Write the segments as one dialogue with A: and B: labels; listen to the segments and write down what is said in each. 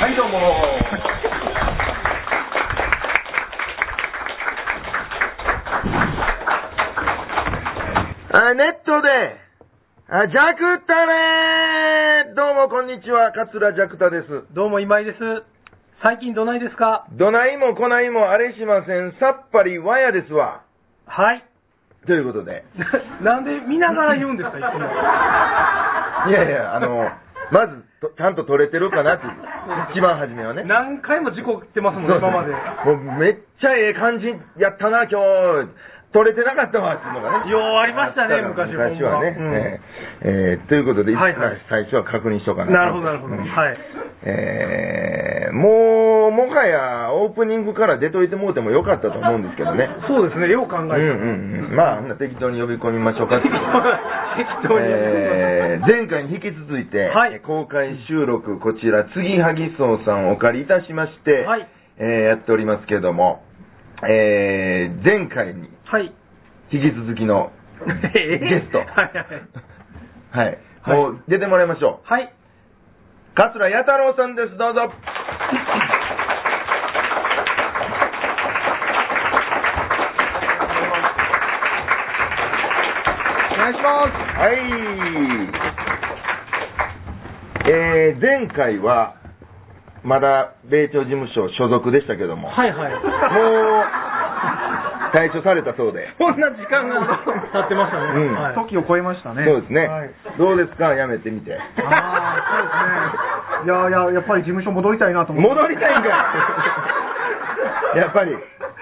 A: はい、どうも。
B: あネットで、あジャクタねーどうもこんにちは、桂ジャクタです。
C: どうも今井です。最近どないですか
B: どないもこないもあれしません、さっぱりわやですわ。
C: はい。
B: ということで。
C: ななんで見ながら言うんですか、いつ
B: い
C: も。
B: やいや、あの、まずと、ちゃんと撮れてるかなっていう、一番初めはね。
C: 何回も事故ってますもん、今まで。よ
B: もうめっちゃええ感じやったな、今日。撮れてなかったわ、っていうのがね。
C: うありましたね、昔
B: 昔はね。
C: ほんま
B: えーえーということで、
C: はいはい
B: 最初は確認しようかな。
C: なるほど、なるほど。
B: うん
C: はい。
B: えーもう、もはやオープニングから出といてもうてもよかったと思うんですけどね。
C: そうですね、よう考
B: うん
C: えて。
B: うんうん。まあ、あんな適当に呼び込みましょう かっていう
C: 適当に
B: えー前回に引き続いて、
C: はい
B: 公開収録、こちら、継ぎはぎ荘さんをお借りいたしまして、
C: はい
B: えーやっておりますけども、えー前回に
C: はい。
B: 引き続きのゲスト、
C: はいはい
B: はい、
C: はい
B: もう出てもらいましょう。
C: はい。
B: 桂弥太郎さんです、どうぞ。
A: お願いしま
B: はい。えー、前回は、まだ米朝事務所所属でしたけども、
C: はいはい。
B: もう、退所されたそうで。
C: こんな時間が経ってましたね。
B: うん
C: はい
A: す。時を超えましたね。
B: そうですね。
A: はい
B: どうですかやめてみて。
A: ああ、そうですね。いやいや、やっぱり事務所戻りたいなと思って。
B: 戻りたいんか いやっぱり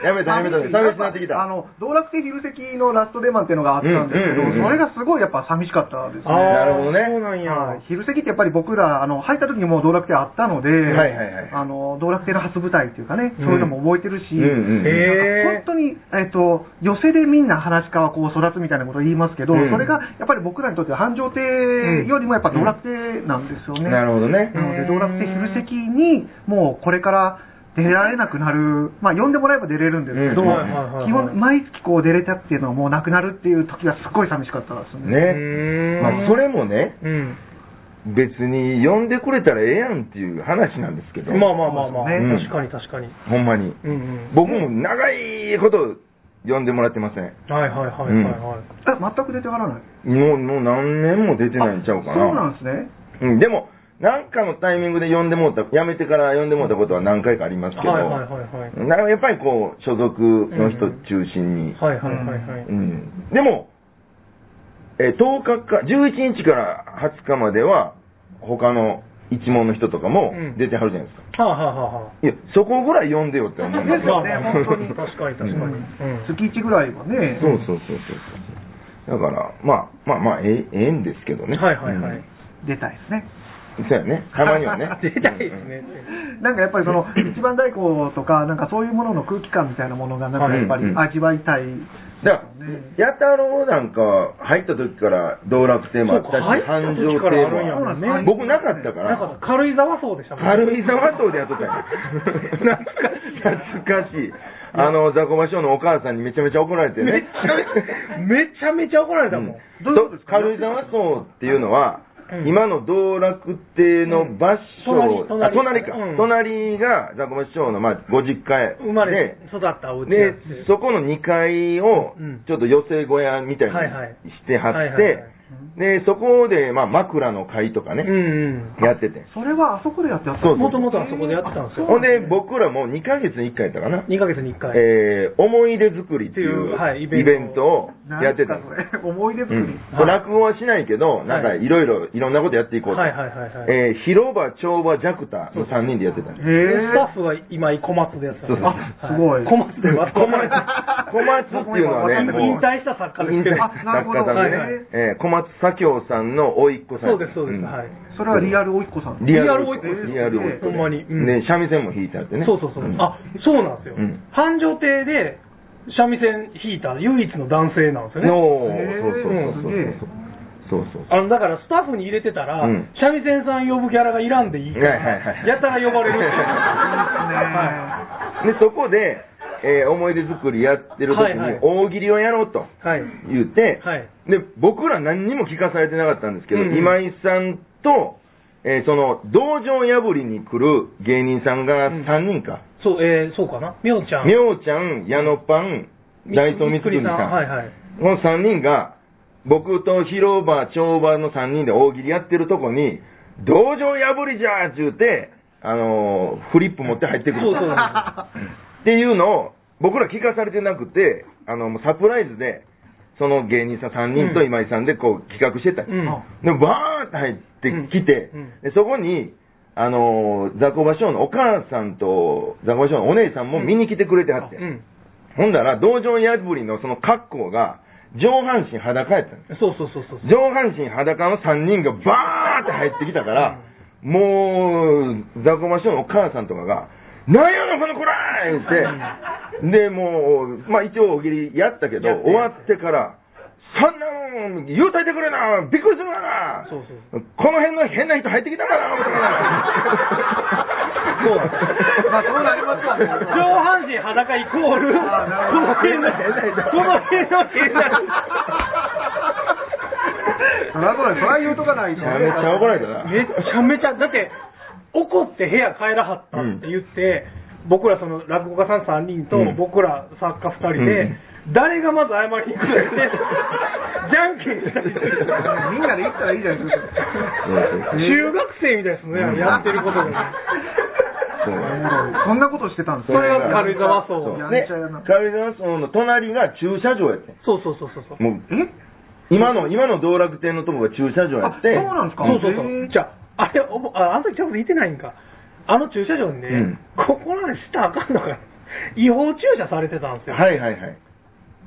B: やめたやめた
A: 寂しい
B: 寂しくなってきた
A: あの、道楽亭昼席のラスト出番っていうのがあったんですけど、
B: うんうんうんうん
A: それがすごいやっぱ寂しかったですね。
C: あー
B: なるほどね
C: そうなんや。
A: はい昼席ってやっぱり僕ら、あの、入った時にもう道楽亭あったので、
B: はいはいはい
A: あの、道楽亭の初舞台っていうかね、そういうのも覚えてるし、
B: うんうん
C: へえ。
A: 本当に、えっ、と、寄席でみんな話し家はこう育つみたいなことを言いますけど、
B: うん
A: それがやっぱり僕らにとっては繁盛亭よりもやっぱ道楽亭なんですよね。
B: なるほどね
A: な。ので、道楽亭昼席に、もうこれから出られなくなる、まあ、呼んでもらえば出れるんですけど、
B: うんはい
C: はいはいはい
A: 基本、毎月こう出れたっていうのはもうなくなるっていう時はすっごい寂しかったです
B: ね。
A: ね。
B: まあ、それもね、
C: うん。
B: 別に呼んでくれたらええやんっていう話なんですけど、
C: まあまあまあまあ。
A: ね
C: 確かに確かに。
B: ほんまに。
C: うんうん。
B: 僕も長いこと呼んでもらってません。
C: はいはいはいはいはい。
A: え全く出てはらない。
B: もうもう何年も出てないんちゃうか
A: あそうなん
B: な。
A: ですね。
B: うん、でも、なんかのタイミングで呼んでもうた、やめてから呼んでもうたことは何回かありますけど、
C: はいはいはいはい。
B: なんかやっぱりこう、所属の人中心に、
C: はいはいはいはい。
B: うんでも、えー10日か、11日から20日までは、他の一門の人とかも
C: うん
B: 出てはるじゃないですか。
C: はあ、はあはあはあ、
B: いや、そこぐらい呼んでよって思うん
C: ま
B: で
C: あ
B: すよ。
C: まあ、本当に確かに確かに。うん
A: 月1ぐらいはね。
B: そうそうそうそう。だから、まあまあまあ、ええええんですけどね。
C: はいはいはい。
B: うん
A: 出たいですね。
B: そうやね。たまにはね
C: 出たいですね。
A: なんかやっぱりその、一番太鼓とか、なんかそういうものの空気感みたいなものが、なんかやっぱり
B: うんうん
A: 味わいたい。
B: だから、八太郎なんか入った時から道楽亭もあったし、
C: そうか
B: 繁盛
C: 入った時からあるん
B: 亭も
C: や
B: あっ
A: そうなんで
C: ね
A: す
B: た。僕なかったか
C: なん
B: ら、
C: か軽井沢そうでしたもんね。
B: 軽井沢島でやっとったんや。懐かしい。懐かしい。あの、ザコバ師匠のお母さんにめちゃめちゃ怒られて
C: め
B: ね
C: っ。ちゃめちゃめちゃ怒られたもん。
B: どうですか軽井沢荘っていうのは、
C: うん
B: 今の道楽亭の場所、
C: うん
B: あ
C: 隣
B: 隣
C: 隣
B: か、
C: うん
B: 隣がザコバ師匠の、まあ、ご実家
C: 生まれ育ったお家
B: で、でそこの2階を
C: うん
B: ちょっと寄せ小屋みたいに
C: はいはい
B: しては
C: はい
B: っ
C: はいは
B: て、で、そこで、まあ、枕の会とか
C: う
B: ね、
C: ん
B: やってて。
A: それはあそこでやってやった
B: そう
C: うん。もともとはそこでやってたんですよ。
B: ほんで、僕らも2ヶ月に1回やったかな。
C: 2ヶ月に1回。
B: えー思い出作りっていう
C: っていうはい
B: イ
C: イ
B: ベ
C: ベ
B: ン
C: ン
B: ト
C: ト
B: を
A: なん
B: やってたん
A: か
B: で
A: そ
B: す
A: れ思い出作
B: う
A: り。
B: ん、これ落語はしないけど、なんか
C: はい
B: いろいろ、いろんなことやっていこうと。
C: はいはいはいはい。
B: えー広場、長場、ジャクタの3人でやってたんです。
A: へ
C: スタッフが今井小松でやってたんですよ
B: そう
A: そうすごい
C: は小松で
B: 小松、
C: は
B: 小 松っていうのは ね、
A: 僕
B: も
C: 引
B: う、
C: 退した作家です
B: 引
C: け
B: 退
C: ど。
A: あなるほど
B: 作家さんでね
C: はいはい
B: えー小松左京さんの甥いっ子さん。
C: そうですそうです。
B: ん
C: はい。
A: それはリアルおいっ子さん。
B: リアル甥っ
C: リアル甥っ
B: 子。
C: 子
B: リアル甥っ子で。
C: ほんまにうん
B: で、三味線も弾いてあってね。
C: そうそうそう。
B: ん
C: あ、そうなんですよ
B: うん。
C: 繁盛亭で三味線弾いた唯一の男性なんですよね。
B: の
A: へー
B: そうそうそう
A: すげえ
B: そう。そうそうそう。
C: あのだからスタッフに入れてたら、
B: うん
C: 三味線さん呼ぶギャラがいらんでいいか
B: はいはいはい
C: ら、やたら呼ばれるっていう。
A: いいですね
C: は
B: で、そこで、えー思い出作りやってる時
C: はいはい
B: に大喜利をやろうと
C: はい。
B: 言って、
C: はい。
B: で、僕ら何にも聞かされてなかったんですけど、
C: うん
B: 今井さんと、えーその、道場破りに来る芸人さんが3人か。
C: そう、えー、そうかな。みょうちゃん。
B: みょうちゃん、矢野パン、大東光圀さん。
C: はいはい。
B: この3人が、僕と広場、長場の3人で大喜利やってるとこに、道場破りじゃーって言うて、あのーフリップ持って入ってくる。
C: そうそうなん
A: ですよ
B: っていうのを、僕ら聞かされてなくて、あの、もうサプライズで、その芸人さん3人と
C: うん
B: 今井さんでこう企画してた。
C: うん。
B: で、バーって入ってきて、
C: うんうん
B: でそこに、あのー、ザコバショウのお母さんと、ザコバショウのお姉さんも見に来てくれてはって。
C: うん。
B: ほんだら、道場破りのその格好が、上半身裸やったんです。
C: そうそうそうそう。
B: 上半身裸の3人がバーって入ってきたから、もう、ザコマショのお母さんとかが、なんやのこの子らー言って、で、もう、まあ一応大喜利やったけど、
C: やって
B: 終わってから、そんなもん、言うたいてくれなびっくりするな
C: そうそう
B: この辺の変な人入ってきたからな思って
C: そう
A: まあそうなりますわね
C: 上半身裸イコール、
A: あーなる
C: この
A: ほど
C: 辺の、この辺の変な
A: そりゃそうだよそりゃ言うとかないとね。
B: めっちゃ怒られたな。
C: めちゃめちゃ、だって、怒って部屋帰らはったって言って、僕らその落語家さん3人と、
B: うん
C: 僕ら作家2人
B: う
C: で、
B: ん
C: 誰がまず謝りに行くかって、じゃんけんしたりして
A: みんなで行ったらいいじゃないですか。
B: そう
A: ね
C: 中学生みたいですね、
B: うん
C: やってることがね。
B: そう
A: そんなことしてたんです
C: それが軽井沢荘
B: そう
A: や
B: で
A: んちゃやな
B: 軽井沢荘の隣が駐車場やってん
C: そうそうそうそうそう。
B: もう
A: え
B: 今の、今の道楽店のとこが駐車場やっ
A: あ、
B: て。
A: そうなんですか
C: そうそうそう。
A: へ
C: じ
A: ー
C: ゃあ、あれ、おぼああの時ちゃんと見てないんか。あの駐車場に
B: うん
C: ね、ここなんしたらあかんのか。違法駐車されてたんですよ。
B: はいはいはい。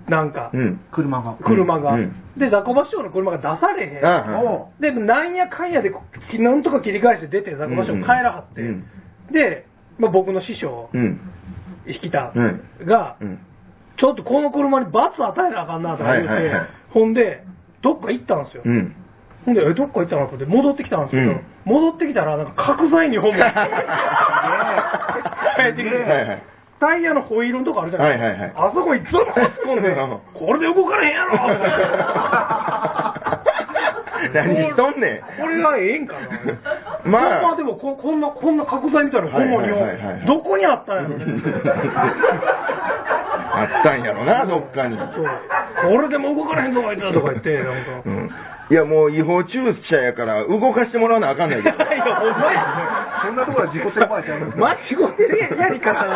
C: なんか
B: う、ん。
A: 車が。
C: 車が。
B: うん
C: で、ザコバ師匠の車が出されへん。
B: あはい
A: おう
C: で、なんやかんやで、こなんとか切り返して出て、ザコバ師匠帰らはって。
B: うん
C: で、まあ、僕の師匠、
B: うん。
C: 引田
B: うん
C: が、
B: うん。
C: ちょっとこの車に罰与えなあかんなとか言って、
B: はいはいはい
C: ほんで、どっか行ったんです よ。
B: うん。
C: ほんで、えどっか行ったのかって戻ってきたんですけど、
B: うん
C: 戻ってきたら、なんか角材 に本物
B: はい
C: 入ってきて、
B: はい。
C: タイヤのホイールのとこあるじゃない
B: はいはいはい
C: ですか。あそこにずっと突っ込 んで
B: うん、
C: これで動かれへんやろとか言って
B: 何しとんねん
C: これがええんかな。
B: まあ
C: まあでもこ、こんな、こんな角材みたいな本物に、
B: はいはいはいはい
C: どこにあったんやろ
B: あったんやろな、どっかに。
C: そうこれでも動かれへんぞ、あいつらとか言って、なんか
B: う。ん。いや、もう違法駐車やから、動かしてもらわなあかんないけ ど。
C: いや、ほんまや
A: そんなところは自己先輩ちゃう
C: 間違ってるやんやり方
A: い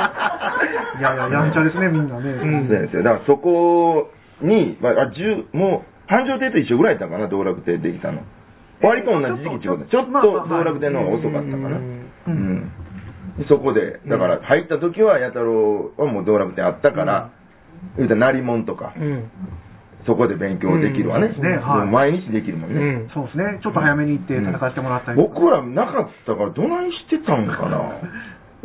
A: やいや、やんちゃですね、みんなね。
B: そうなんですよ。だからそこに、まあ、あ十もう、繁盛亭と一緒ぐらいだったかな、道楽亭できたの。割と同じ時期ってことち
A: ち
B: ょ
A: ょ
B: っ
A: っ
B: と
A: と
B: 道楽亭の方が遅かったかな。うん。そこで、だから入った時は、弥太郎はもう道楽亭あったから、言うたら、成り物とか、
C: うん。
B: そこで勉強できるわね。
A: うんねはい
B: もう毎日できるもんね。
C: うん。
A: そうですね。ちょっと早めに行って戦わせてもらったりとか。
B: 僕らなかったから、どないしてたんかな。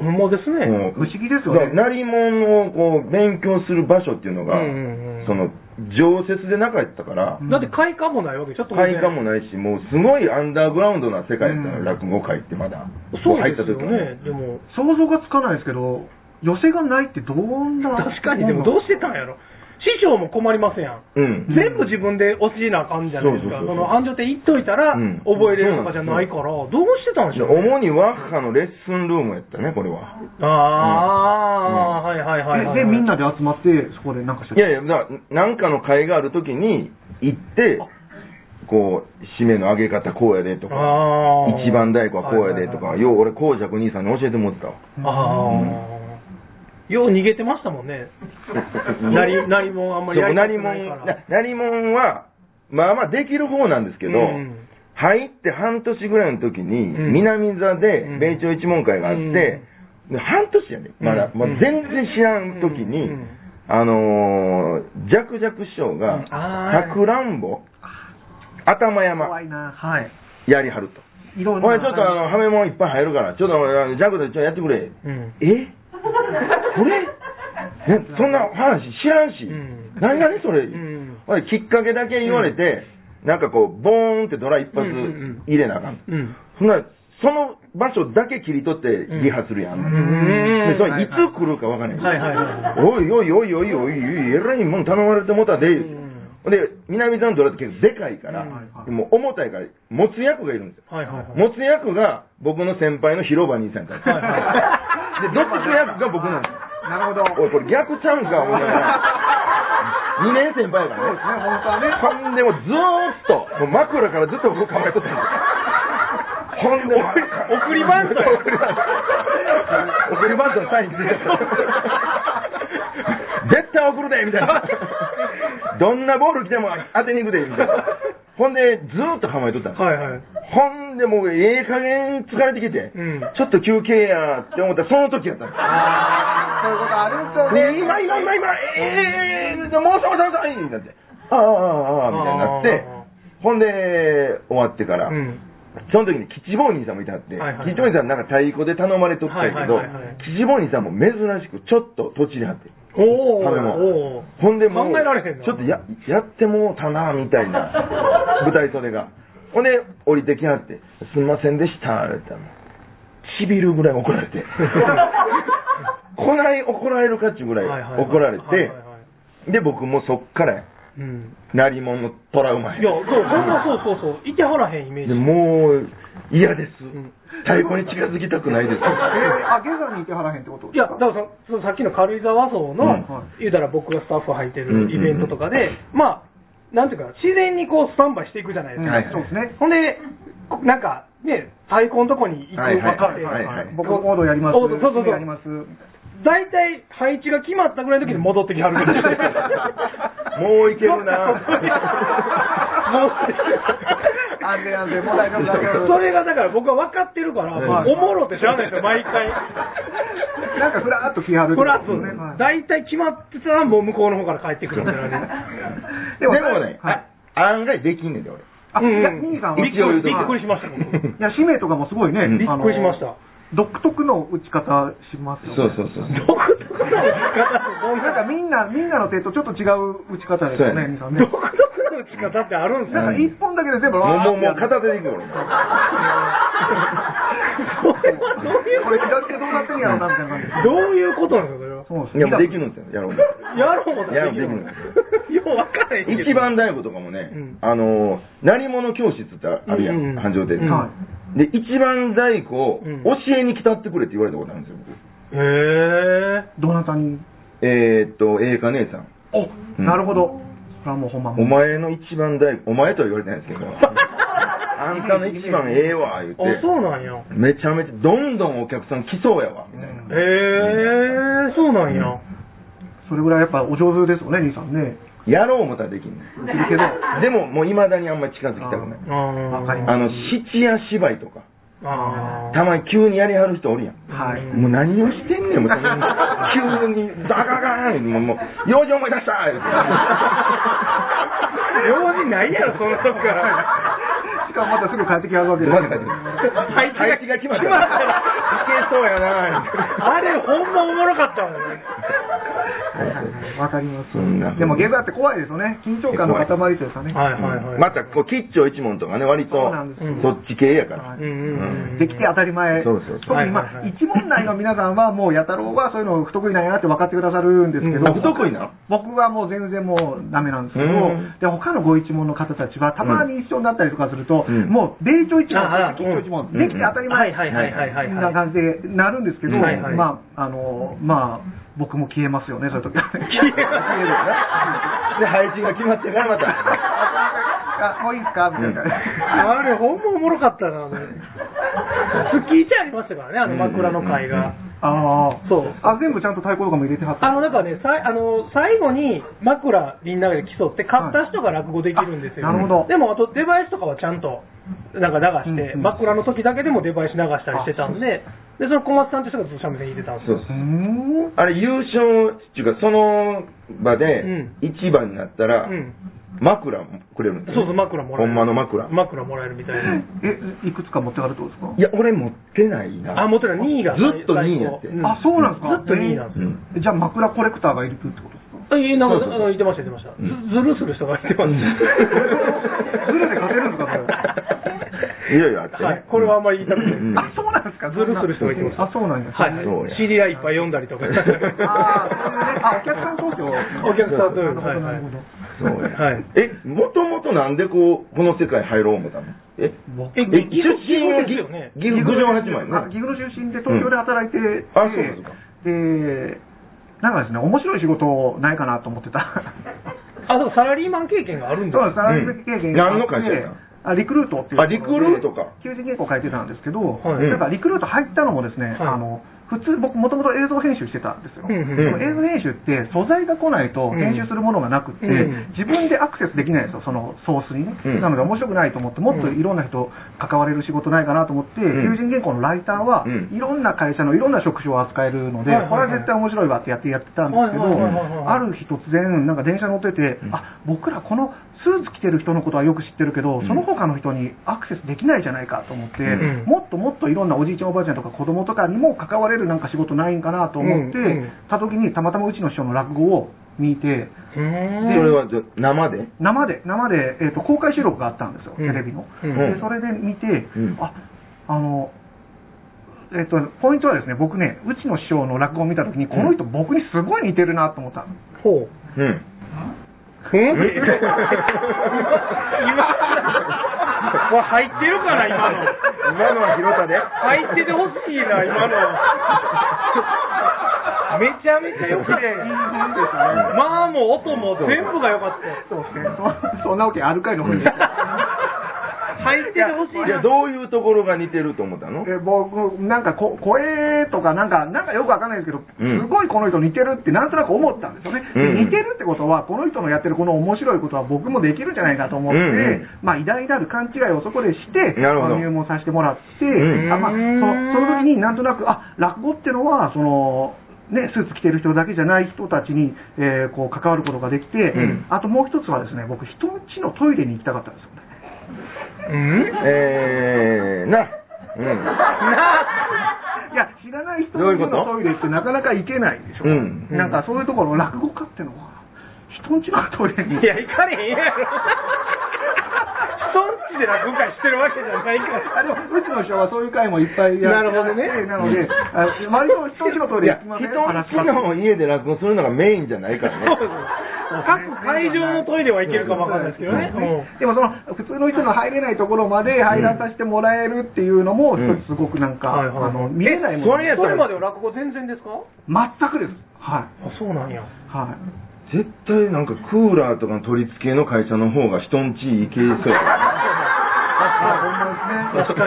C: ほんまですね。
A: 不思議ですよね
B: なりもんをこう勉強する場所っていうのが、
C: うんうんうん
B: その常設でなかったから、
A: ん
C: だって快感もないわけ、ちょっと
B: 会館もないし、もうすごいアンダーグラウンドな世界だった
A: うん
B: ら、落語界ってまだ。
C: そう
B: 入
C: で
B: っ
C: す
B: た
C: よ
B: 時は
C: ね。でも、
A: 想像がつかないですけど、寄せがないってどんな。
C: 確かに、でもどうしてたんやろ。師匠も困りますやん。
B: うん。
C: 全部自分で教えなあかんじゃないですか。
B: そうそうそう
C: その繁盛店行っといたら
B: うん、
C: 覚えれるとかじゃないから、どうしてたんでしょうね。
B: 主にワッハのレッスンルームやったね、これは。
C: ああ、はいはいはいはい。
A: で、みんなで集まって、そこでなんかして
B: いやいや、だからなんかの会がある時に行って、こう、締めの上げ方こうやでとか、
C: あー
B: 一番太鼓はこうやでと
C: は
B: か、
C: いはいはい
B: よう俺、公爵兄さんに教えてもら ったわ。
C: ああ。よう逃げてましたもん ね。なり、なりもんあんまりや
B: そう
C: り
B: な
C: た
B: り
C: く
B: も
C: なんいか、
B: な
C: ら。
B: なりもんは、まあまあできる方なんですけど、
C: うん
B: 入って半年ぐらいの時に、
C: うん
B: 南座で
C: うん
B: 米朝一門会があって、
C: うん
B: で半年やね、まだ、
C: うん
B: まあ、全然知らん時に、
C: うん
B: あのー、ジャクジャク師匠
C: う
B: が
C: ん、あー
B: さくらんぼ、頭
A: 怖
B: 山、
A: いな。はい。
B: やりはると。
A: いろんな。
B: 俺ちょっとあの、はめもんいっぱい入るから、ちょっとあのジャクでちょっとやってくれ。
C: うん。
B: えこれねそんな話知らんし、
C: うん
B: 何何それ、
C: ん
B: おいきっかけだけ言われて、なんかこう、ボーンってドラ一発
C: うんうんうん
B: 入れなあかん。
C: うん。
B: そんな、その場所だけ切り取ってリハするやん。で、それいつ来るかわかんない。
C: はいはいはい
B: おいおいおいおいおい、えらいもん頼まれてもたで、で、南さんドラって結構でかいから、
A: うん
B: でも重たいから、持つ役がいるんですよ。
C: はいはいはい。
B: 持つ役が僕の先輩の広場兄さんだった。
C: は
B: で、
C: いは
B: どっち役が僕なんです
A: なるほど。
B: おい、これ逆ちゃうんか、思いながら。2年先輩やからね。ほんでもうずーっと、もう枕からずっと僕構えとったんですよ。ほんでもう、
C: 送りバントや
B: 送りバント。 送りバントのサインついて た。絶対送るでみたい な。どんなボール来ても当てに行くでみたいな。ほんで、ずーっと構えとったんですよ
C: はいはい。
B: ほんでもうええ加減疲れてきて、
C: うん
B: ちょっと休憩やって思ったらその時やったんですよ
A: そういうことあるんすよね。
B: で今今今今ええー、もうそろそろそろいいになってああああああみたいになって
C: あ
B: ほんで終わってから、
C: うん。
B: その時に吉坊兄さんもいてはって、
C: はいはいはい
B: 吉坊兄さんなんか太鼓で頼まれとったんやけど、
C: はいはいはいはい
B: 吉坊兄さんも珍しくちょっと土地にはって
C: おー
B: 食べ
C: お
B: 物
C: ー
B: ほんでもう
C: 考えられへんな
B: ちょっとややってもうたなみたいな 舞台袖がほんで降りてきはって「すんませんでした」って言ったらちびるぐらい怒られ てこない怒られるかっちゅうぐら
C: はいは
B: い
C: いはい
B: 怒られ
C: はいはい
B: て
C: はい
B: で僕もそっからや
C: うん。
B: 鳴り物のトラウマや
C: いや、そう、ほんまそうそうそう。いてはらへんイメー
B: で
C: ジ。
B: もう嫌です、
C: ん
B: 太鼓に近づきたく ないです
A: あ、現在にいてはらへんってこと
C: いや、だからそのそのさっきの軽井沢荘の、
B: うん
C: 言うたら僕がスタッフ入ってるイベントとかで、まあ、なんていうか、自然にこうスタンバイしていくじゃないです
A: うん
C: か。
B: はい
A: そうですね。
C: ほんで、こなんか、ね、太鼓のとこに行く
B: はいはい
C: 若手
B: はいはい
A: 僕はコードやります。
C: オードそうそうそう
A: やります。
C: 大体、配置が決まったぐらいの時に戻ってきはる んですよ
B: もういけるな
C: もう
A: 安全安全、もう大丈夫大丈夫。
C: それがだから僕は分かってるから、
B: はい
C: おもろって知らないですよ、毎回。
A: なんかふらーっと気張る。
C: これはそう
A: ね
C: ね
A: はい。
C: 大体決まってたら、もう向こうの方から帰ってくるんだ よね。
B: でもね、
A: はい。
B: 案外できんねんで俺
A: あ、いや、
C: うん
A: 兄さんは。
C: びっくりび
A: 一応言うと
C: っくりしましたもん。びっ
A: いや、使命とかもすごいね。
B: うん
A: あの
C: くりしました。。
A: 独特の打ち方しますよね。
B: そうそうそう
C: 独特な打ち方ってどん
A: なん
C: な
A: かみんな、みんなの手とちょっと違う打ち方ですよ
B: そうや
A: ね、
B: ね
A: 兄さんね
C: 独。特な打ち方ってあるんです
A: なん
C: か
A: か一本だけで全部
B: もうもうもう
A: こ
B: 片手でいくよ俺
C: それはどういう
A: れ左手どうなってんやろな、みたいな感じ。
C: どういうことなんですか、それは。
A: そう
B: いやもうで
A: 見
B: き
A: た
B: るんですよやろう
C: やろうも
B: やろうでき
C: の
B: る
C: よう分からへんけど。
B: 一番太鼓とかもね、
C: うん
B: あのー何者教室ってあるやん、
C: うんうんうん
B: 繁盛店に、
A: は
B: で一番太鼓を
C: うん
B: 教えに来たってくれって言われたことあるんですよ僕
C: へえ。
A: どなたに。
B: えー、っとええか姉さん
A: お、
B: うん
A: なるほど。それはもうほんまも
B: お
A: う。
B: 前の一番大お前とは言われてないですけ どあんたの一番ええわ言って
C: あ、そうなんや。
B: めちゃめちゃどんどんお客さん来そうやわみたいな、
A: うん
C: へえ、そうなんや。
A: それぐらいやっぱお上手ですよね、兄さんね。
B: やろう思ったらできんね
A: できるけど。
B: んでももういまだにあんまり近づきたくない
C: あー
A: わかりま
B: あの七夜芝居とか
C: あ
B: たまに急にやりはる人おるやん
A: はい。
C: う
B: もう何をしてんねん、もうその急にザガガーンもう、もう、用事思い出した 言うて
C: ー用事ないやろ、そんなとこから。
A: しかもまたすぐ帰ってきはるわけで
B: まだ帰ってくる
C: 配置が
B: 配置が決まったら、いけそうやな言うて
C: あれ、ほんまおもろかったもんね。
A: わかります
B: そんな。
A: でもゲザって怖いですよね。緊張感の塊というかね。
C: はいはいはい。
B: また、こう、吉兆一門とかね、割と
A: そうなんです
C: よ、
B: そっち系やか
A: は
B: ら
A: い。
C: うんうんうん。
A: できて当たり前。
B: そうそうそう
A: 特に
C: はい
A: ま
C: は
A: あ、
C: いはい
A: 一問内の皆さんはもう、やたろうはそういうの不得意なんやなって分かってくださるんですけ
B: うん
A: ど。
B: あ不得意なの
A: 僕はもう全然もうダメなんですけど
B: うん、
A: で、他のご一問の方たちはたまに一緒になったりとかすると、
B: うん
A: もう、霊長一問
C: ああ、
A: 緊張一問、
B: うん
A: できて当たり
C: は
A: 前
C: い。はいはいはいはい。
A: な感じでなるんですけど、
B: はい
C: はい
A: まあ、あの、まあ、僕も消えますよね、そういう時はね。
B: 消えるよなで、配置が決まってからまた、
A: あ、もういいですかみたいな。
C: あれ、ほんまおもろかったな、あれ。スキーチありましたからね、あの枕の会が。
A: ああ、
C: そう
A: あ、全部ちゃんと太鼓とかも入れてはった。
C: あの、だからね、さいあの最後に枕みんなで競って、買った人が落語できるんですよ。
A: あなるほど
C: でも、あとデバイスとかはちゃんと、なんか流して、
A: うんうん
C: 枕の時だけでもデバイス流したりしてたんで、で、その小松さんって人がずっと三味線弾いてたんです
B: そう
C: よ。
B: そう
A: うーん。
B: あれ、優勝っていうか、その場で
C: うん、
B: 一番になったら
C: う、ん。
B: 枕もくれるんです
C: そう
B: よ
C: そう、枕もら
B: ほ
C: える。
B: んまの枕。
C: 枕もらえるみたい
A: え、いくつか持ってはるってことですか
B: いや、俺持ってない
C: な。あ、
B: な。
C: もちろん2位が
B: ずっと2位やって
C: 最高
A: あ、そうなんですか
C: ずっと2位なんです
B: う
C: よ。
B: ん
A: じゃあ枕コレクターがいるってことですか
C: あいえ、なんか、
B: そうそう
C: あの言ってました、言ってました。ずずるする人が言ってました。
A: ズルで勝てるんですかそれ
B: いろいろあってね
C: はい。これはあんまり言いたくない。
B: うん
A: あ、そうなんですか
C: ズルする人がいてます
A: あ、そうなんです
C: は
A: ね
C: い
B: そうや。
C: 知り合いいっぱい読んだりとか。
A: あーそういうねあお客さん投票
C: お客さん投票。
A: なるほど、なるほど。
B: そうや
C: はい
B: え、もともとなんでこう、この世界入ろう思ったのえ、え
C: え、ぎ岐阜岐阜ですよね。
B: 岐阜郡上八幡や
A: あ
B: ね。
A: 岐阜の中心で東京で働いて、て
B: あそうなんですか
A: で、なんかですね、面白い仕事ないかなと思ってた。
C: あ、でもサラリーマン経験があるんだ。
A: そうです、サラリーマン経験があっ
B: 何
A: て
B: の会社やったの
A: あリクルートっていう
B: あリクルートか
A: 求人原稿書いてたんですけど、
C: はい
A: なんかリクルート入ったのもです
C: は
A: ね、
C: い
A: あの普通僕もともと映像編集してたんですよ、
C: うんうん
A: でも映像編集って素材が来ない
C: う
A: と
C: ん
A: 編集するものがなくて、
C: うん
A: 自分でアクセスできないんですよそのソースにね、
B: うん
A: なので面白くないと思ってもっといろんな人関われる仕事ないかなと思っ
B: ん
A: て、求人原稿のライターは
B: うん
A: いろんな会社のいろんな職種を扱えるので、
C: はいはいはい
A: これは絶対面白いわってやってやってたんですけ
C: は
A: ど、
C: いはいはいはいはい
A: ある日突然、なんか電車乗ってて、あ僕らこのスーツ着てる人のことはよく知ってるけど、その他の人にアクセスできないじゃないかと思って、
B: うん
A: もっともっといろんなおじいちゃん、おばあちゃんとか子供とかにも関われるなんか仕事ないんかなと思って、
C: うんうん
A: た時にたまたまうちの師匠の落語を見て、
C: う
B: そ
C: ーん
B: れはじゃ生で
A: 生で、生で、えー、と公開収録があったんですよ、
C: うん
A: テレビの。
C: うん
A: でそれで見て、
B: ん
A: ああの、えっと、ポイントはですね、僕ね、うちの師匠の落語を見た時に、この人、僕にすごい似てるなと思ったの
C: ほう。
B: うん。
C: ふん今、これ入ってるかな、今の。
B: 今のは広田で
C: 入っててほしいな、今の。めちゃめちゃ良くて。まあもう音も全部が良かったよ。
A: そうですね。 そそんなわけあるかい の本人。
C: 入っててほしい
B: いや、
C: な。
B: どういうところが似てると思ったの
A: え僕、なんかこ声とか、なんか、なんかよくわかんないですけど、
B: うん
A: すごいこの人似てるってなんとなく思ったんですよね。で
B: うん
A: 似てるってことは、この人のやってるこの面白いことは僕もできるんじゃないかと思って、
B: うんうん
A: まあ、偉大なる勘違いをそこでして、
B: なるほど
A: まあ入門させてもらって、
B: うん
A: あまあ、そその時になんとなく、あ、落語ってのは、その、ね、スーツ着てる人だけじゃない人たちに、えーこう関わることができて、
B: ん
A: あともう一つはですね、僕、人んちのトイレに行きたかったんですよね。
C: うん
B: えー、な。うん。
A: いや、知らない人
B: どういう
A: の
B: こと
A: トイレってなかなか行けないでしょ。
B: うん
A: なんかそういうところ、落語家ってのは、人んちのトイレに。
C: いや、行かれへんやろ。人んちで落語会してるわけじゃないから。
A: あでも、うちの師匠はそういう会もいっぱいやって
C: なるほどね
A: なので、あ割と人んちのトイ
B: い
A: レ
B: や、
A: 行き
B: 人
A: ま
B: ん
A: せん
B: ちの家で落語するのがメインじゃないからね。
C: 各会場のトイレは行けるかもわかんないですけどね。
A: でもその普通の人の入れないところまで入らさせてもらえるっていうのも、
B: ん
A: 一つすごくなんか、
C: はいはいはい
A: あの見えないもの
B: それやっ
C: そ
B: た
C: れま
B: ら、
C: では落語全然ですかあ、
A: 全くです。はい。
C: そうなんや。
A: はい。
B: 絶対なんかクーラーとかの取り付けの会社の方が人んち行けそうや。
C: 確か
A: あ、ほんまですね。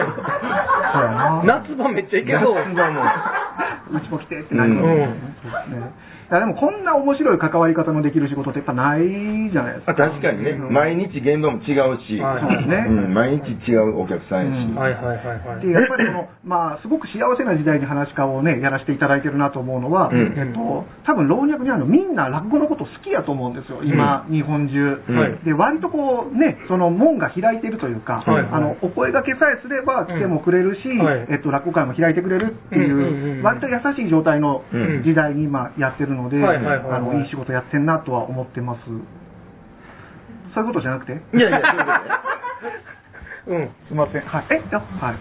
C: に
A: そうやな。
C: 夏場めっちゃ行けそう。
B: 夏場も
A: うちも来てってなりますよね。そうですねいやでもこんな面白い関わり方のできる仕事ってやっぱないじゃないですか。
B: あ確かにね、
A: うん
B: 毎日現場も違うし、
C: はい
A: そうですね
B: うん、毎日違うお客さんやし。
C: はいはいはいは
A: でやっぱりこの、まあ、すごく幸せな時代に話し家をね、やらせていただいてるなと思うのは、
B: うん
A: えっと、多分老若にあるのみんな落語のこと好きやと思うんですよ、今、日本中、
B: はい
A: で、割とこうね、その門が開いてるというか、
C: はい
A: あの、お声掛けさえすれば来てもくれるし、
C: うんはい
A: えっと、落語会も開いてくれるっていう、
C: うんうんうんうん
A: 割と優しい状態の
B: うん
A: 時代に今やってるので、
C: はいはいはいはい
A: あの、いい仕事やってんなとは思ってます。そういうことじゃなくて
B: いやいや、そういうことや
C: うん。
A: すいません。はい。え、あは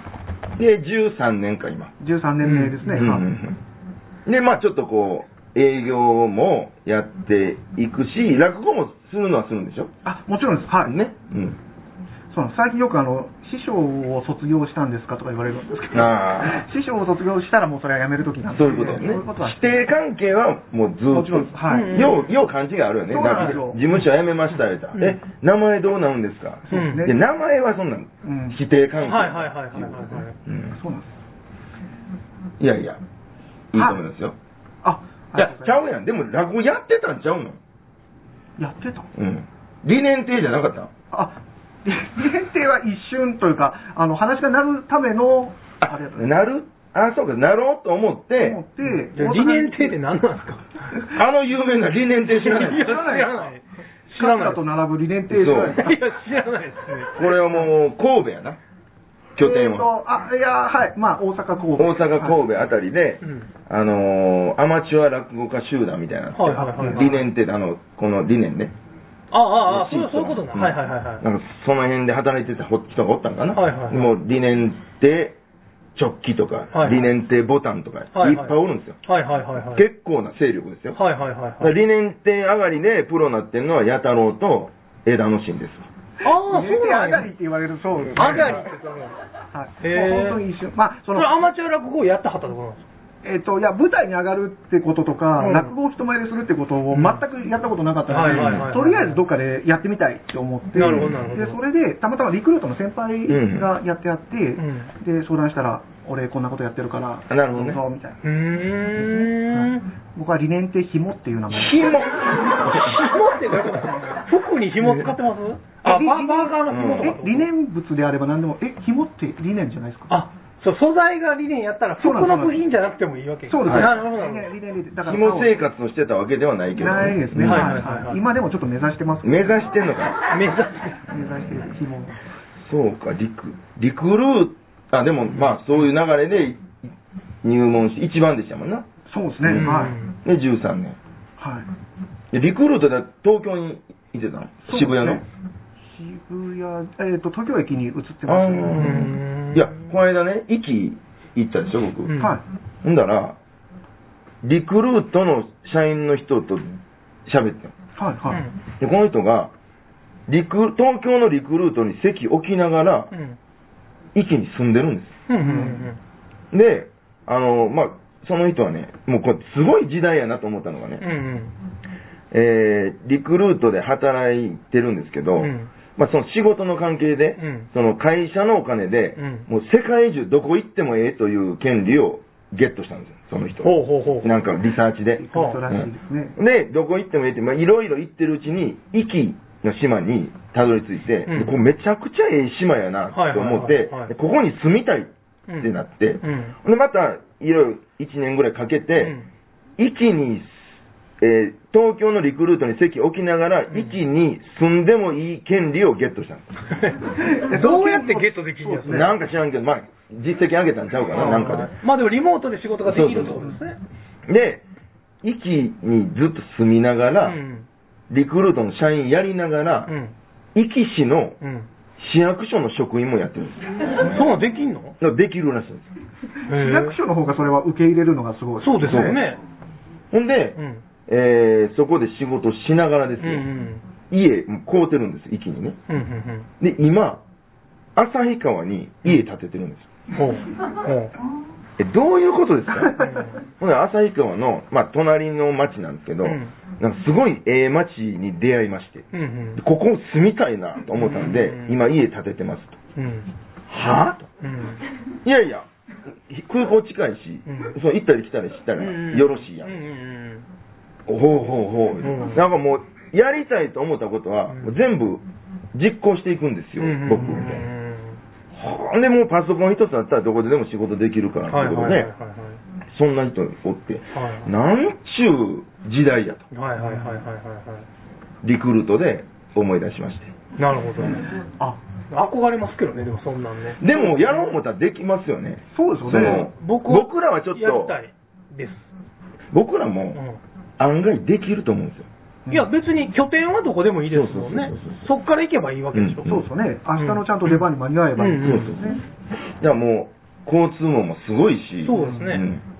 A: い。
B: で、13年か、今。
A: 13年目ですね。
B: うん
A: はい
B: で、まあちょっとこう、営業もやっていくし、落語もするのはするんでしょ
A: あ、もちろんです。はい。
B: ね。うん。
A: そうなんです最近よくあの、師匠を卒業したんですかとか言われるんですけど、
B: あ
A: 師匠を卒業したらもうそれはやめるときなん
B: あ、
A: で。
B: そういうことね。
A: そういうことは
B: 指定関係はもうず
A: も
B: っ
A: ち
B: と。
A: ろんですはい
B: よう、よう感じがあるよね。
A: そうなんですよ
B: 事務所辞めました、言うたら
C: うん
B: え、名前どうなるんですか
A: そうですね
B: で、名前はそんなん、
A: うん
B: 否定関係。
C: はいはいはいはいはい。
B: うん
A: そうなんです。
B: いやいや、いいと思いますよ。
A: あ、
B: いや、ちゃ
A: う。
B: うやん。でも落語やってたんちゃうの
A: やってた
B: うん。理念亭じゃなかった
A: あ、限 定は一瞬というか、あの、話がなるための、あれだね。
B: なるあ、そうか、なろうと思って、
A: 思って、
C: 理念亭って何なんです か
B: あの有名な理念亭知らないい
C: や、知ら ない。知らな
A: カ
C: い。
A: と並ぶ理念停止
B: そう
C: いや、知らないですね。
B: これはもう神戸やな、拠点は。
A: あ、いや、はい。まあ、大阪神戸。
B: 大阪、
A: はい
B: 神戸あたりで、
C: うん
B: あのーアマチュア落語家集団みたいなのがあって、
C: はいはいはいはい
B: 理念って、あの、この理念ね、
C: ああ、ああ、
B: シ
C: そう
B: ーツ
C: そういうことな。
B: ん
C: はいはいはいはい。
B: なんかその辺で働いてたほ人がおったんかな、
C: はいはいはい
B: もう理念ってチョッキとか、
C: はいはい
B: 理念ってボタンとか、
C: はいいはい
B: っぱいおるんですよ、
C: はいはいはいはい。
B: 結構な勢力ですよ、
C: はいはいはいはい。
B: 理念店上がりでプロになってるのは八太郎と枝野心です
C: ああ、
A: 入れ
C: そう
A: て
C: なん
A: あ
C: や。
A: がりって言われるそうですね
C: あがりってそうなんや
A: はい、
C: へー
A: もう本当に一瞬、まあ、
C: そ
A: そ
C: れ
A: の、
C: アマチュア落語をやったはったところなんです
A: えっと、いや、舞台に上がるってこととか、
C: うん
A: 落語を人前でするってことを全くやったことなかったので、
C: はいはいはいはい
A: とりあえずどっかでやってみたいって思って、
C: なるほどなるほど
A: でそれで、たまたまリクルートの先輩がやってあって、
C: ん
A: で、相談したら、俺こんなことやってるから、
B: なるほどね
A: うぞみたいな。
C: うーん。
A: 僕は理念って紐っていう名前。
C: 紐紐ってどういうこと服に紐使ってますあ、バ
A: え
C: ーバーガーの紐とかって
A: え
C: こと
A: 理念物であれば何でも、え、紐って理念じゃないですか
C: あ、そう、素材が理念やったら、
A: そ
C: 服
A: うなん
C: の
A: です
C: 部品じゃなくてもいいわけ
A: そうですね。
C: なるほど、なるほど。
A: 理念理念だか
B: よ
A: ら、
B: 紐生活をしてたわけではないけど、
A: ないですね。
C: は
A: はいい
C: はいはい
A: はい。今でもちょっと目指してますけど
B: 目指してんのか
C: 目指す。
A: 目指してる紐。
B: そうかリクリクルーあでもまあそういう流れで入門し一番でしたもんな
A: そうですね。
B: うん
A: はい。
B: で13年
A: は
B: で
A: い。
B: リクルートで東京にいてたの
A: そうですね
B: 渋谷の、
A: 渋谷、えっ、と、東京駅に移っ
B: あ
A: てます、
C: ん
B: ーいやこの間ね駅行ったでしょ僕、
C: うん
A: はい。
B: ほんだら、リクルートの社員の人と喋ってん
A: はい、はい。
B: で、この人が、リク東京のリクルートに席置きながら
C: う、ん。
B: 駅に住んでるんで
C: うん。うんうん。
B: す。で、あの、まあ、その人はね、もうこれすごい時代やなと思ったのがね、
C: うん。うん。
B: えーリクルートで働いてるんですけど、
C: うん
B: まあ、その仕事の関係で、
C: うん
B: その会社のお金で、
C: うん
B: もう世界中どこ行ってもええという権利をゲットしたんですよ、その人。
C: ほうほうほうほう。
B: なんかリサーチで。
A: リクルートらしいです
B: で、
A: ね。
B: どこ行ってもええって、まあ、いろいろ行ってるうちに、壱岐の島にたどり着いて、
C: うん
B: でこれめちゃくちゃええ島やなと思って、
C: はいはいはいはい
B: でここに住みたいってなって、
C: う
B: で、
C: ん
B: また、いろいろ1年ぐらいかけて、壱岐に、えー東京のリクルートに席置きながら、
C: ん
B: 壱岐に住んでもいい権利をゲットしたんです。
C: うんどうやってゲットできるんやそれ
B: なんか知らんけど、まあ、実績上げたんちゃうかな、なんかで。
C: まあでもリモートで仕事ができるってことですね。
B: で、壱岐にずっと住みなが
C: う
B: ら、
C: ん。
B: リクルートの社員やりながら、
C: うん。
B: 壱岐市の
C: うん。
B: 市役所の職員もやってるんですよ
C: そんなんできんの
B: だからできるらしいんですよ
A: 市役所の方がそれは受け入れるのがすごい。
C: そうですよね。
B: ほんで、
C: うん。
B: えーそこで仕事しながらです
C: うんう
B: よ、
C: ん。
B: 家もう買うてるんです壱岐にね
C: うんうん
B: で今旭川に家建ててるんですよ
C: うん。ほう。ほ
B: えどういうことですかほんで旭川の、まあ、隣の町なんですけど、
C: うん
B: なんかすごいええ町に出会いまして
C: う。うんうん
B: で。ここ住みたいなと思ったんで、
C: うん
B: 今家建ててますと
C: うん。
B: はあと
C: うん。
B: いやいや、空港近いし、
C: うん
B: そう行ったり来たりしたらよろしいやん。
C: うんうん
B: ほうほうほう、
C: うん
B: なんかもう、やりたいと思ったことは、
C: うん
B: もう全部実行していくんです
C: う
B: よ、
C: んうん。
B: 僕みたいな。ほんで、もうパソコン一つあったらどこででも仕事できるから
C: は
B: っ
C: いはい
B: てこ
C: は
B: と
C: い
B: で、
C: はい
B: そんな人おって、
C: はい
B: なんちゅう時代やと、
C: はいはいはいはいはいは
B: リクルートで思い出しまして。
C: い。なるほど。
A: あ、
C: 憧れますけどね、でもそんなんね。
B: でも、やろう思ったらできますよね。
A: そうですよね。
B: その
C: 僕は
B: 僕らはちょっ
C: やり
B: と、
C: たいです。
B: 僕らも
C: う
B: 案外できると思うんですよ。
C: ん。いや、別に拠点はどこでもいいですもんね
B: そうそうそう。
C: そっから行けばいいわけでしょ。
B: うん
A: そうですよね。明日のちゃんと出番に間に合えばいい
C: うん
A: ですね。
B: いやもう、交通網もすごいし、
C: そうですね
B: ん